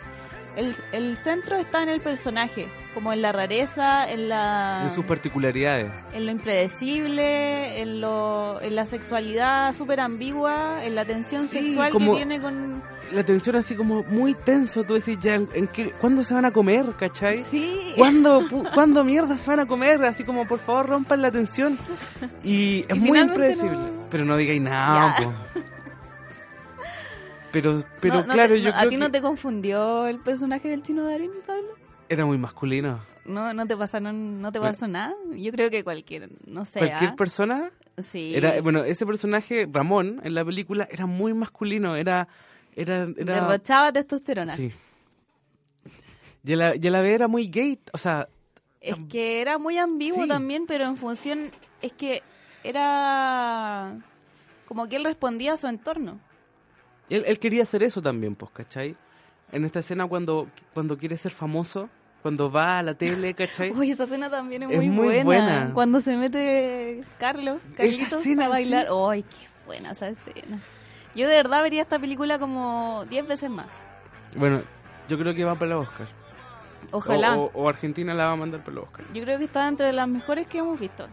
S5: el, el centro está en el personaje, como en la rareza, en la
S4: En sus particularidades.
S5: en lo impredecible, en, lo, en la sexualidad súper ambigua, en la tensión
S4: Sí,
S5: sexual
S4: como-
S5: que tiene con...
S4: la tensión así como muy tenso. Tú decís, ya, ¿en en qué, ¿cuándo se van a comer, cachai?
S5: Sí,
S4: ¿Cuándo, pu- ¿Cuándo mierda se van a comer? Así como, por favor, rompan la tensión. Y es
S5: Y
S4: muy
S5: finalmente
S4: impredecible.
S5: no-
S4: Pero no digáis nada,
S5: Ya.
S4: po. Pero, pero
S5: No, no te-
S4: claro, yo
S5: no, ¿A
S4: creo
S5: ti
S4: que
S5: no te confundió el personaje del chino Darín, Pablo?
S4: era muy masculino.
S5: No, no te pasaron, no te
S4: Bueno.
S5: pasó nada. Yo creo que cualquier, no sé.
S4: Cualquier
S5: ¿ah?
S4: persona
S5: Sí.
S4: era... Bueno, ese personaje, Ramón, en la película, era muy masculino. Era... era, era
S5: Derrochaba testosterona.
S4: Sí. Y a la, y a la vez era muy gay, o sea,
S5: Es que era muy ambiguo
S4: Sí.
S5: también, pero en función. Es que era. Como que él respondía a su entorno.
S4: Él, él quería hacer eso también, pues, ¿cachai? En esta escena cuando, cuando quiere ser famoso, cuando va a la tele, ¿cachai?
S5: Uy, esa escena también es,
S4: Es
S5: muy,
S4: muy
S5: buena.
S4: buena.
S5: Cuando se mete Carlos, Carlitos,
S4: escena,
S5: a bailar.
S4: sí.
S5: Ay, qué buena esa escena. Yo de verdad vería esta película como 10 veces más.
S4: Bueno, yo creo que va para el Oscar.
S5: Ojalá.
S4: O, o- o Argentina la va a mandar para el Oscar.
S5: Yo creo que está entre las mejores que hemos visto.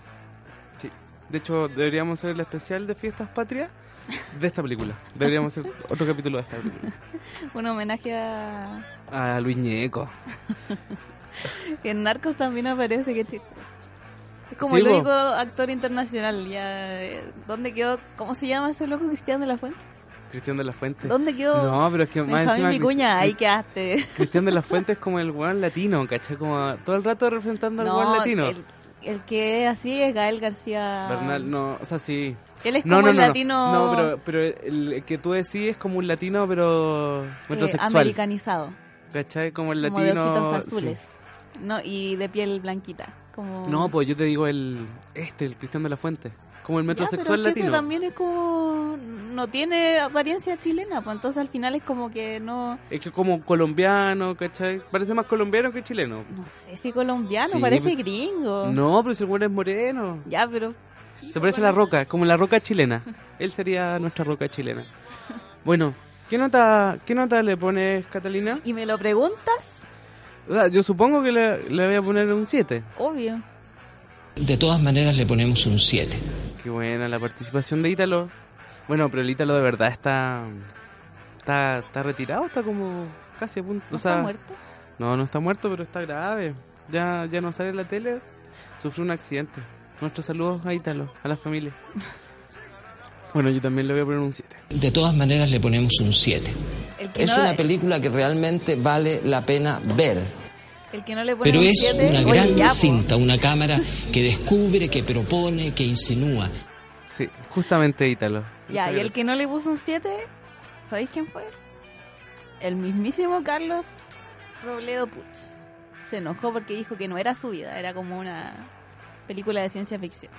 S4: Sí. De hecho, deberíamos hacer el especial de Fiestas Patrias de esta película. Deberíamos hacer otro capítulo de esta película.
S5: Un homenaje a...
S4: A Luis Ñeco.
S5: En Narcos también aparece, qué chistoso. Es como
S4: Sí,
S5: el
S4: po.
S5: único actor internacional. ya eh, ¿Dónde quedó? ¿Cómo se llama ese loco Cristian de la Fuente?
S4: Cristian de la Fuente.
S5: ¿Dónde quedó?
S4: No, pero es que más
S5: Benjamín
S4: encima...
S5: Vicuña,
S4: Cristi-
S5: ahí quedaste.
S4: Cristian de la Fuente es como el weón latino, ¿cachai? Como todo el rato representando al weón latino.
S5: El, ah. el que es así es Gael García.
S4: Bernal, no, o sea, sí.
S5: Él es como
S4: No, no,
S5: el
S4: no, no.
S5: latino eh,
S4: No, pero, pero el que tú decís es como un latino, pero
S5: eh,
S4: metrosexual.
S5: americanizado,
S4: ¿Cachai? Como el
S5: como
S4: latino.
S5: de ojitos
S4: sí.
S5: azules. No, y de piel blanquita. Como...
S4: No, pues yo te digo el. Este, el Cristian de la Fuente. Como el
S5: Ya, pero es
S4: metrosexual
S5: que
S4: latino.
S5: Ese también es como. No tiene apariencia chilena, pues entonces al final es como que no.
S4: Es que como colombiano, ¿cachai? Parece más colombiano que chileno.
S5: No sé si colombiano,
S4: Sí,
S5: parece
S4: pues-
S5: gringo.
S4: No, pero ese weón es moreno.
S5: Ya, pero.
S4: Se parece a la roca, como la roca chilena. Él sería nuestra roca chilena. Bueno, ¿qué nota, qué nota le pones, Catalina?
S5: ¿Y me lo preguntas?
S4: O sea, yo supongo que le, le voy a poner un 7.
S5: Obvio.
S8: De todas maneras le ponemos un 7.
S4: Qué buena la participación de Ítalo. Bueno, pero el Ítalo de verdad está. Está, está retirado, está como casi a punto.
S5: ¿No
S4: o sea,
S5: está muerto?
S4: No, no está muerto, pero está grave. Ya, ya no sale en la tele. Sufrió un accidente. Nuestros saludos a Ítalo, a la familia. Bueno, yo también le voy a poner un 7.
S8: De todas maneras le ponemos un 7.
S5: El que,
S8: Es
S5: no,
S8: una película que realmente vale la pena ver.
S5: el que no le pone
S8: Pero
S5: un
S8: es
S5: siete,
S8: una
S5: oye,
S8: gran
S5: ya, pues. po.
S8: cinta, una cámara que descubre, que propone, que insinúa.
S4: Sí, justamente Ítalo.
S5: Ya,
S4: Muchas
S5: y el
S4: gracias.
S5: que no le puso un 7, ¿sabéis quién fue? El mismísimo Carlos Robledo Puch. Se enojó porque dijo que no era su vida, era como una película de ciencia ficción.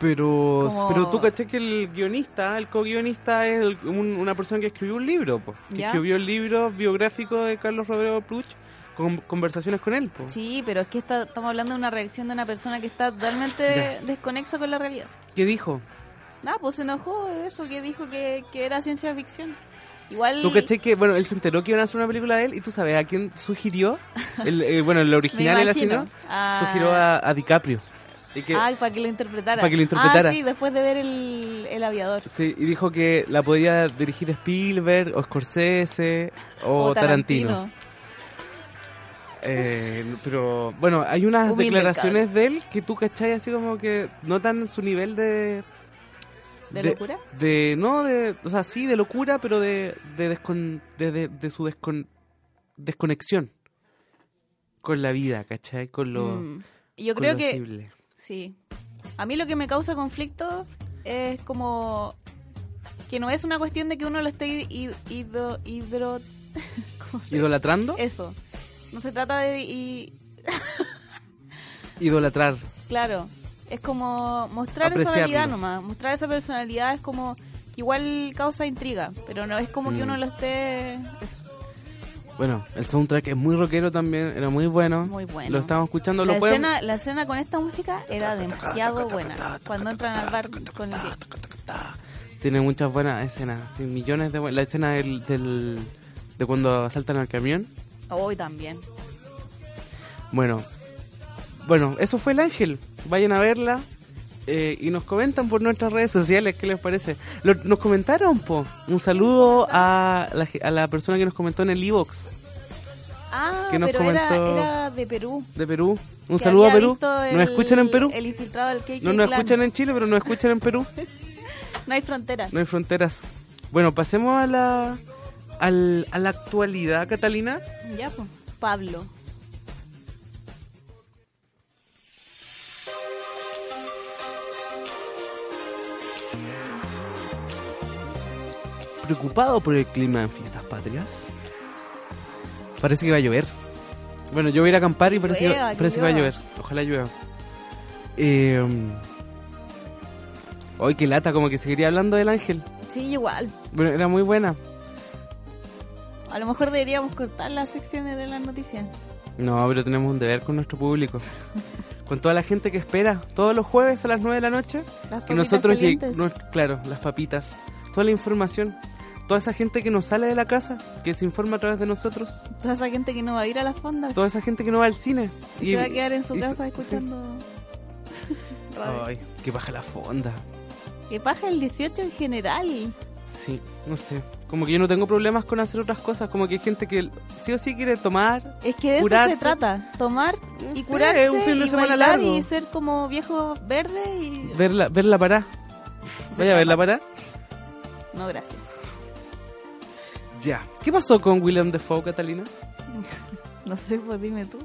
S4: Pero,
S5: como-
S4: pero tú caché que el guionista, el co-guionista, es el- un- una persona que escribió un libro, po. Que
S5: Ya.
S4: escribió el libro biográfico de Carlos Roberto Pruch con conversaciones con él, po.
S5: Sí, pero es que está- estamos hablando de una reacción de una persona que está totalmente
S4: Ya.
S5: desconexa con la realidad.
S4: ¿Qué dijo?
S5: Nada, pues se enojó de eso que dijo que, que era ciencia ficción. Igual
S4: Tú caché que, bueno, él se enteró que iban a hacer una película de él y tú sabes a quién sugirió. El, eh, bueno, el
S5: me
S4: original era así,
S5: imagino Ah.
S4: ¿no?
S5: a-
S4: sugirió a, a DiCaprio. Y, que,
S5: Ay, para que lo interpretara.
S4: Para que lo interpretara.
S5: Ah, sí, después de ver el, el aviador.
S4: sí, y dijo que la podía dirigir Spielberg o Scorsese o,
S5: O
S4: Oh, Tarantino. Eh, pero bueno, hay unas
S5: Humilde,
S4: declaraciones de él que tú cachai así como que notan su nivel de...
S5: ¿De locura?
S4: De, no, de, o sea, sí, de locura, pero de, de, descon- de, de- de su descon- desconexión con la vida, ¿cachai? Con lo...
S5: Mm. Y Yo
S4: con
S5: creo
S4: lo
S5: que
S4: visible.
S5: sí. A mí lo que me causa conflicto es como que no es una cuestión de que uno lo esté hid- hidro, hidro- ¿cómo se-
S4: ¿Idolatrando?
S5: eso. No se trata de y
S4: Idolatrar.
S5: claro, es como mostrar esa
S4: Apreciarlo.
S5: realidad nomás, mostrar esa personalidad es como que igual causa intriga, pero no es como que
S4: Mm.
S5: uno lo esté eso.
S4: Bueno, el soundtrack es muy rockero también, era muy bueno.
S5: Muy bueno.
S4: Lo estamos escuchando,
S5: la,
S4: lo pueden...
S5: escena, la escena con esta música era demasiado buena. Cuando entran al bar con el que-
S4: Tiene muchas buenas escenas, sí, millones de buenas. La escena del, del- de cuando asaltan al camión.
S5: Hoy también.
S4: Bueno, bueno, eso fue El Ángel. Vayan a verla eh, y nos comentan por nuestras redes sociales qué les parece. Lo- nos comentaron, po. Un saludo a la, ge- a la persona que nos comentó en el Evox
S5: Ah,
S4: que nos
S5: pero
S4: comentó-
S5: era, era de Perú.
S4: de Perú. Un
S5: que
S4: saludo a
S5: había
S4: Perú.
S5: visto el-
S4: ¿Nos escuchan en Perú?
S5: El infiltrado del KK
S4: No nos
S5: Clan.
S4: escuchan en Chile, pero nos escuchan en Perú.
S5: No hay fronteras.
S4: No hay fronteras. Bueno, pasemos a la, al- a la actualidad, Catalina.
S5: Ya, pues. Pablo.
S4: Preocupado por el clima en fiestas patrias. Parece que va a llover. Bueno, yo voy a ir a acampar y parece,
S5: Llueva,
S4: que,
S5: que
S4: parece que va a
S5: llueva.
S4: llover. Ojalá llueva. Eh, hoy qué lata, como que seguiría hablando del ángel.
S5: Sí, igual.
S4: Bueno, era muy buena.
S5: A lo mejor deberíamos cortar las secciones de las noticias.
S4: No, pero tenemos un deber con nuestro público. Con toda la gente que espera todos los jueves a las 9 de la noche.
S5: Las
S4: Que
S5: papitas
S4: nosotros, lleg-
S5: calientes.
S4: no- claro, las papitas. Toda la información. Toda esa gente que nos sale de la casa, que se informa a través de nosotros.
S5: Toda esa gente que no va a ir a las fondas.
S4: Toda esa gente que no va al cine.
S5: que se va a quedar en su
S4: y-
S5: casa
S4: sí.
S5: escuchando. radio.
S4: Ay, que baja la fonda.
S5: Que paja el 18 en general.
S4: Sí, no sé. Como que yo no tengo problemas con hacer otras cosas. Como que hay gente que sí o sí quiere tomar.
S5: Es que de
S4: Curarse.
S5: eso se trata. Tomar
S4: No
S5: y
S4: sé,
S5: curarse.
S4: un fin de
S5: y
S4: semana
S5: bailar
S4: largo.
S5: Y ser como viejo verde y.
S4: Verla, verla pará. Vaya a verla pará.
S5: No, gracias.
S4: Ya. ¿Qué pasó con William Defoe, Catalina?
S5: No sé, pues dime tú.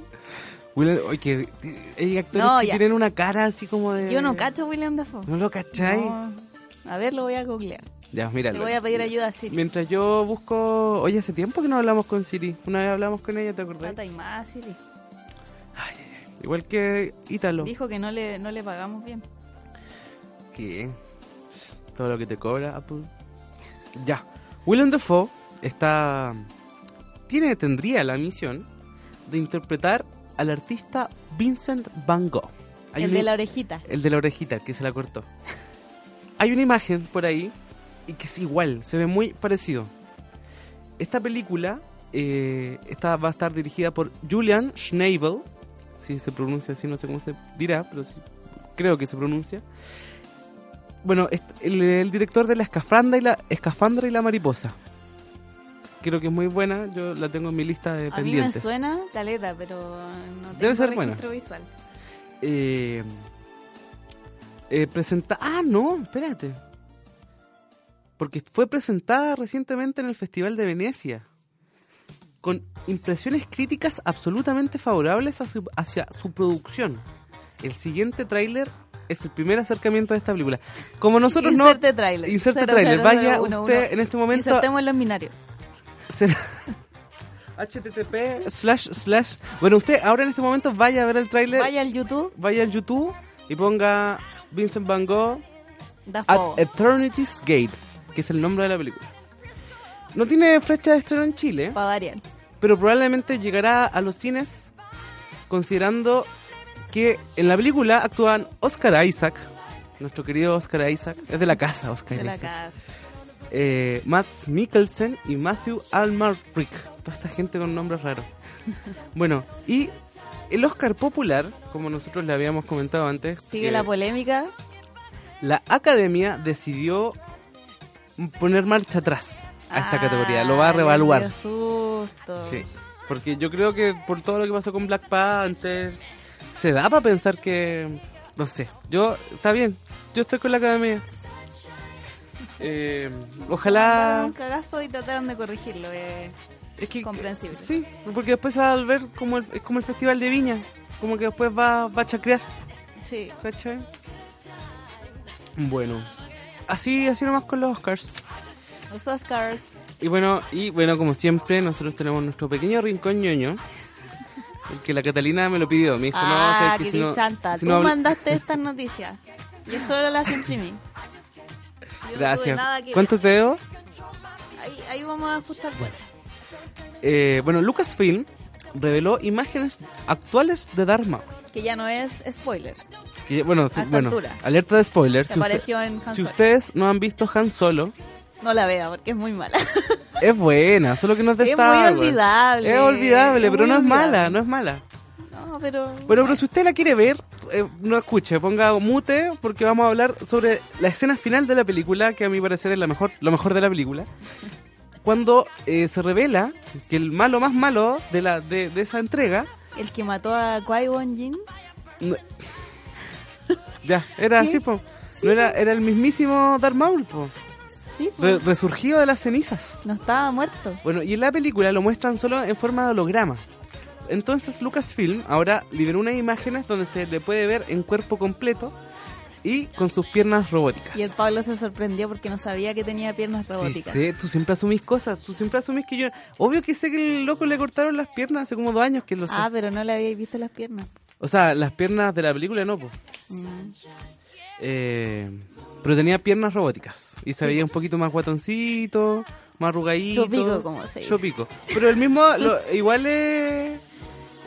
S4: William, oye, que hay actores
S5: No,
S4: que
S5: ya.
S4: tienen una cara así como de.
S5: Yo no cacho William Dafoe.
S4: ¿No lo cachai?
S5: No. A ver, lo voy a googlear.
S4: Ya, míralo.
S5: Le voy a pedir ayuda a Siri.
S4: Mientras yo busco. Oye, hace tiempo que no hablamos con Siri. Una vez hablamos con ella, ¿te acordás?
S5: Plata y más, Siri.
S4: Igual que Ítalo.
S5: Dijo que no le, no le pagamos bien.
S4: ¿Qué? Todo lo que te cobra Apple. Ya. Willem Dafoe está. Tiene, tendría la misión de interpretar al artista Vincent Van Gogh. Hay eh,
S5: el
S4: una-
S5: de la orejita.
S4: el de la orejita, que se la cortó. Hay una imagen por ahí y que es igual, se ve muy parecido. Esta película eh, esta va a estar dirigida por Julian Schneibel, si se pronuncia así, no sé cómo se dirá, pero sí, creo que se pronuncia. Bueno, est- el, el director de La Escafranda y la, Escafandra y la Mariposa. Creo que es muy buena, yo la tengo en mi lista de
S5: A mí me
S4: pendientes.
S5: suena caleta, pero no tengo
S4: Debe ser buena.
S5: registro visual.
S4: Eh, eh, presenta. Ah, no, espérate. Porque fue presentada recientemente en el Festival de Venecia. Con impresiones críticas absolutamente favorables a su- hacia su producción. El siguiente tráiler es el primer acercamiento de esta película. Como nosotros no.
S5: Inserte trailer.
S4: Inserte tráiler. Vaya
S5: 00011.
S4: usted en este momento.
S5: Insertemos los binarios.
S4: Será- http slash slash bueno usted ahora en este momento vaya a ver el tráiler
S5: Vaya al YouTube,
S4: vaya al YouTube y ponga Vincent Van Gogh at
S5: Dafoe.
S4: Eternity's Gate, que es el nombre de la película. No tiene fecha de estreno en Chile,
S5: Para variar.
S4: pero probablemente llegará a los cines considerando que en la película actúan Oscar Isaac, nuestro querido Oscar Isaac, es de la casa Oscar
S5: De la
S4: Isaac,
S5: casa.
S4: eh, Max Mikkelsen y Matthew Almarrick. Toda esta gente con nombres raros. Bueno, y el Oscar popular, como nosotros le habíamos comentado antes,
S5: Sigue
S4: que-
S5: la polémica.
S4: la academia decidió poner marcha atrás a esta
S5: Ah,
S4: categoría, lo va a
S5: le dio
S4: reevaluar.
S5: susto.
S4: Sí, porque yo creo que por todo lo que pasó con Black Panther, se da para pensar que, no sé, yo, está bien, yo estoy con la academia. Eh,
S5: Mandaron
S4: ojalá...
S5: un cagazo y trataron de corregirlo. eh.
S4: Es que,
S5: comprensible.
S4: Sí, porque después se va a volver como el, es como el Festival de Viña, como que después va, va a chacrear.
S5: Sí.
S4: ¿Cachai? Bueno, así, así nomás con los Oscars.
S5: Los Oscars.
S4: Y bueno, y bueno, como siempre, nosotros tenemos nuestro pequeño rincón ñoño. el que la Catalina me lo pidió, me dijo, no,
S5: ah,
S4: sabes que si
S5: Cris
S4: no,
S5: Santa,
S4: si
S5: tú
S4: no habla-
S5: mandaste estas noticias. Yo solo las imprimí. Yo no tuve
S4: Gracias.
S5: nada que ver.
S4: ¿Cuánto te debo?
S5: Ahí, ahí vamos a ajustar cuentas.
S4: Eh, bueno, Lucasfilm reveló imágenes actuales de Dharma.
S5: Que ya no es spoiler.
S4: Que, bueno, si-
S5: esta
S4: bueno,
S5: altura.
S4: alerta de spoiler.
S5: Que
S4: Si, usted-
S5: apareció en Han
S4: si
S5: Solo.
S4: ustedes no han visto Han Solo,
S5: No la vea porque es muy mala.
S4: es buena, solo que no es de
S5: Es
S4: Star
S5: muy
S4: Wars.
S5: olvidable.
S4: Es olvidable,
S5: Es
S4: pero
S5: muy
S4: no es mala,
S5: olvidable.
S4: no es mala.
S5: no, pero.
S4: Bueno, pero si usted la quiere ver, eh, no escuche, ponga mute porque vamos a hablar sobre la escena final de la película, que a mi parecer es la mejor, lo mejor de la película. Cuando eh, se revela que el malo más malo de, la, de, de esa entrega,
S5: El que mató a Kwai Won Jin.
S4: no- ya, era así, po. No era, era el mismísimo Darth Maul, po.
S5: Sí,
S4: Re-
S5: pues,
S4: resurgido de las cenizas.
S5: no estaba muerto.
S4: Bueno, y en la película lo muestran solo en forma de holograma. Entonces Lucasfilm ahora liberó unas imágenes donde se le puede ver en cuerpo completo y con sus piernas robóticas.
S5: Y el Pablo se sorprendió porque no sabía que tenía piernas
S4: Sí,
S5: robóticas.
S4: sé, tú siempre asumís cosas, tú siempre asumís que yo... Obvio que sé que el loco le cortaron las piernas hace como dos años que lo sé.
S5: Ah, pero no le habíais visto las piernas.
S4: O sea, las piernas de la película no, pues.
S5: Mm.
S4: Eh, pero tenía piernas robóticas y se veía un poquito más guatoncito, más arrugadito.
S5: Chopico, como se dice.
S4: Chopico. Pero el mismo, lo- igual es...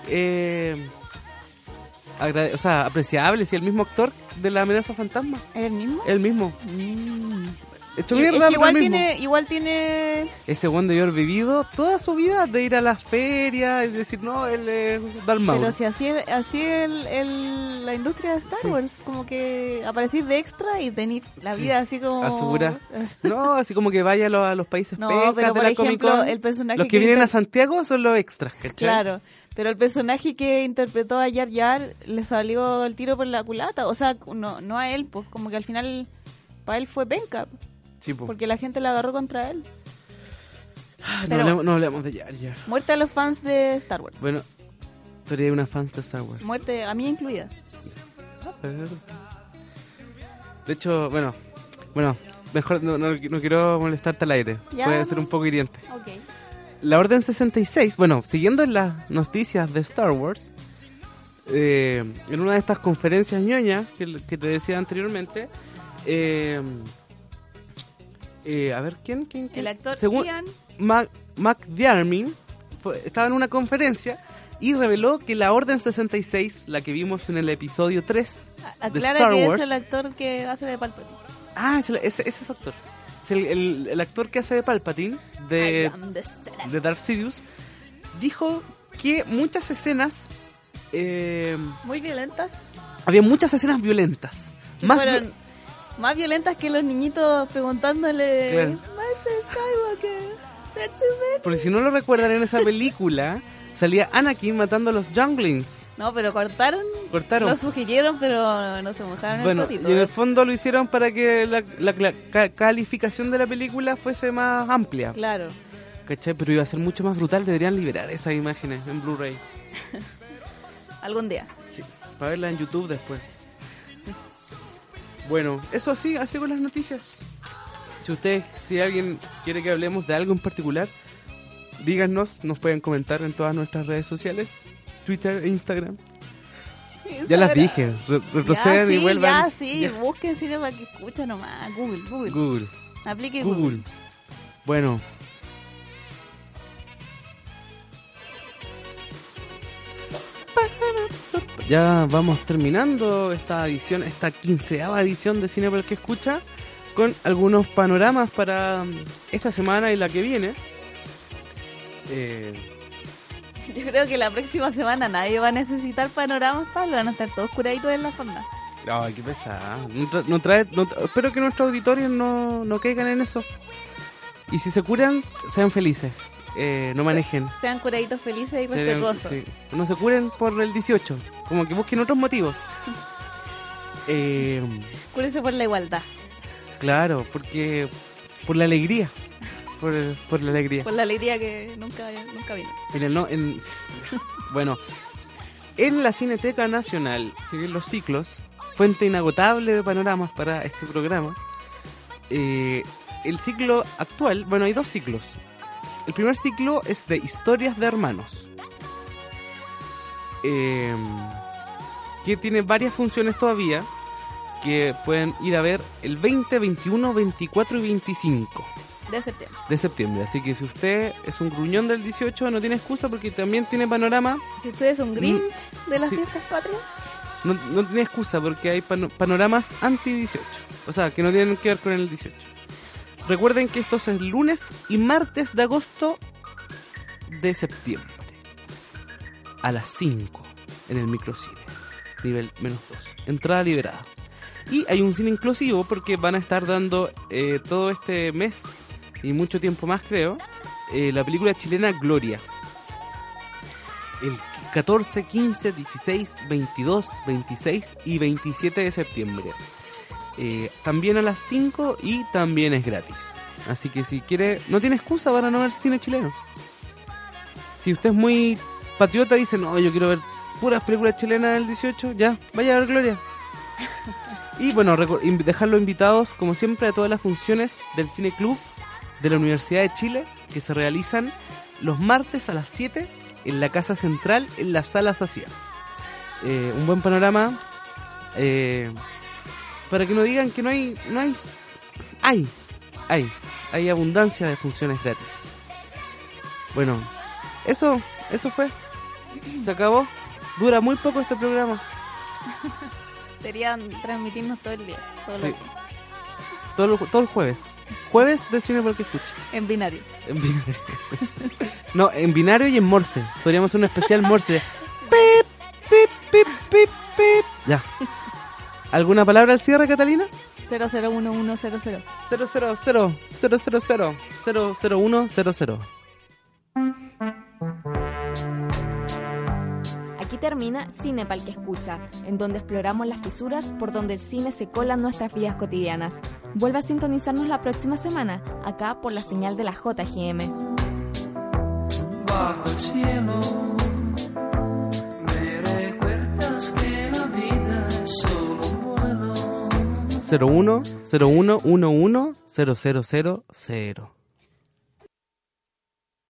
S4: eh, agrade- o sea, apreciable, si el mismo actor de la amenaza fantasma.
S5: ¿Es el mismo?
S4: El mismo.
S5: Mm.
S4: Hecho
S5: Y- es
S4: mierda,
S5: que
S4: pero el
S5: igual
S4: mismo.
S5: tiene, igual tiene
S4: Ese weón debió haber vivido toda su vida de ir a las ferias y decir, no, él es Dalmau.
S5: Pero si así, el- así el, el- la industria de Star Wars, como que aparecís de extra y tenís la vida así como...
S4: Asegura. No, así como que vaya a los, a los países
S5: Oh, No,
S4: pencas
S5: pero
S4: de
S5: por
S4: la
S5: ejemplo,
S4: Comic-Con.
S5: el personaje
S4: Los que,
S5: que
S4: vienen
S5: inter-
S4: a Santiago son los extras, ¿cachai?
S5: Claro, pero el personaje que interpretó a Yar Yar le salió el tiro por la culata, o sea, no, no a él, pues como que al final para él fue penca,
S4: Sí, po.
S5: porque la gente la agarró contra él.
S4: Ah, no,
S5: pero-
S4: hablemos, no hablemos de Jar Jar.
S5: Muerte a los fans de Star Wars,
S4: Bueno, tú eres una fan de Star Wars.
S5: muerte a mí incluida.
S4: De hecho, bueno, bueno, mejor no, no- no quiero molestarte al aire.
S5: Ya,
S4: Puede
S5: no.
S4: ser un poco hiriente.
S5: Ok.
S4: La Orden 66, bueno, siguiendo en las noticias de Star Wars, eh, en una de estas conferencias ñoñas que, que te decía anteriormente, eh, eh, a ver, ¿quién? quién, quién?
S5: El actor
S4: Según
S5: Ian,
S4: Mac, Mac Diarmin fue- estaba en una conferencia y reveló que la Orden 66, la que vimos en el episodio 3
S5: a-
S4: de
S5: aclara
S4: Star
S5: que
S4: Wars,
S5: es el actor que hace de Palpatine.
S4: ah, es el- ese, ese es actor, es el, el- el actor que hace de Palpatine, de
S5: I am the Senate.
S4: de Dark Sidious, dijo que muchas escenas. eh,
S5: Muy violentas.
S4: había muchas escenas violentas.
S5: que
S4: Más
S5: fueron
S4: vi-
S5: más violentas que los niñitos preguntándole
S4: Claro.
S5: Master Skywalker, they're too many".
S4: porque si no lo recuerdan, en esa película salía Anakin matando a los Junglings.
S5: No, pero cortaron,
S4: Cortaron.
S5: lo sugirieron, pero no se mojaron
S4: Bueno,
S5: Ah, el eh.
S4: y
S5: potito.
S4: en el fondo lo hicieron para que la, la cla- ca- calificación de la película fuese más amplia.
S5: Claro.
S4: ¿Cachai? Pero iba a ser mucho más brutal. Deberían liberar esas imágenes en Blu-ray.
S5: Algún día.
S4: Sí, para verla en YouTube después. Bueno, eso así, así con las noticias. Si ustedes, si alguien quiere que hablemos de algo en particular, díganos, nos pueden comentar en todas nuestras redes sociales, Twitter e Instagram. Ya las dije, re- retrocedan
S5: ya,
S4: y
S5: sí,
S4: vuelvan.
S5: Ya, sí,
S4: Ya.
S5: busquen cine para que escucha nomás. Google, Google.
S4: Google,
S5: Aplique Google.
S4: Google. Bueno, ya vamos terminando esta edición, esta quinceava edición de Cine por el que escucha, con algunos panoramas para mm, esta semana y la que viene. Eh,
S5: Yo creo que la próxima semana nadie va a necesitar panoramas, Pablo. Van a estar todos curaditos en la fonda.
S4: ay, qué pesada. No tra- no trae- no tra- espero que nuestros auditorios no, no caigan en eso. Y si se curan, sean felices. Eh, no manejen.
S5: Sean curaditos felices y
S4: Deberían-
S5: respetuosos.
S4: sí. No se curen por el 18. Como que busquen otros motivos. Eh,
S5: Cúrense por la igualdad,
S4: claro, porque. Por la alegría. Por, por la alegría.
S5: por la alegría que nunca, nunca vino.
S4: En el no- en- bueno, en la Cineteca Nacional, si bien los ciclos, fuente inagotable de panoramas para este programa, eh, el ciclo actual, bueno, hay dos ciclos. El primer ciclo es de historias de hermanos, eh, que tiene varias funciones todavía, que pueden ir a ver el 20, 21, 24 y 25
S5: De septiembre.
S4: de septiembre. Así que si usted es un gruñón del 18, no tiene excusa porque también tiene panorama.
S5: Si ustedes son Grinch de las
S4: Mm, Sí.
S5: fiestas patrias,
S4: No, no tiene excusa porque hay pano- panoramas anti-18. O sea, que no tienen que ver con el 18. Recuerden que estos es lunes y martes de agosto de septiembre. A las 5 en el microcine. Nivel menos 2. Entrada liberada. Y hay un cine inclusivo porque van a estar dando eh, todo este mes y mucho tiempo más creo, eh, la película chilena Gloria. El 14, 15, 16, 22, 26 y 27 de septiembre. Eh, también a las 5 y también es gratis. Así que si quiere, no tiene excusa para no ver cine chileno. Si usted es muy patriota, dice, no, yo quiero ver puras películas chilenas del 18, ya, vaya a ver Gloria. Y bueno, reco- inv- dejarlos invitados, como siempre, a todas las funciones del Cine Club de la Universidad de Chile que se realizan los martes a las 7 en la Casa Central, en la Sala Sacía. Eh, un buen panorama. eh, para que no digan que no hay. No hay. Hay. Hay. Hay abundancia de funciones gratis. Bueno, eso. Eso fue. Se acabó. Dura muy poco este programa.
S5: Serían transmitirnos todo el día, todo
S4: Sí.
S5: el
S4: Todo, lo- todo el jueves. Jueves de cine para el que escuche.
S5: en binario.
S4: En binario. no, en binario y en morse. Podríamos hacer un especial morse. Pip, pip, pip, pip, pip. Ya. ¿Alguna palabra al cierre, Catalina?
S5: 001100.
S4: 000 000 001 00.
S2: Aquí termina Cine Pal que escucha, en donde exploramos las fisuras por donde el cine se cola en nuestras vidas cotidianas. Vuelve a sintonizarnos la próxima semana, acá por la señal de la JGM.
S3: bajo el cielo. Me recuerdas que la vida es solo un vuelo.
S4: 01 01 11 0000.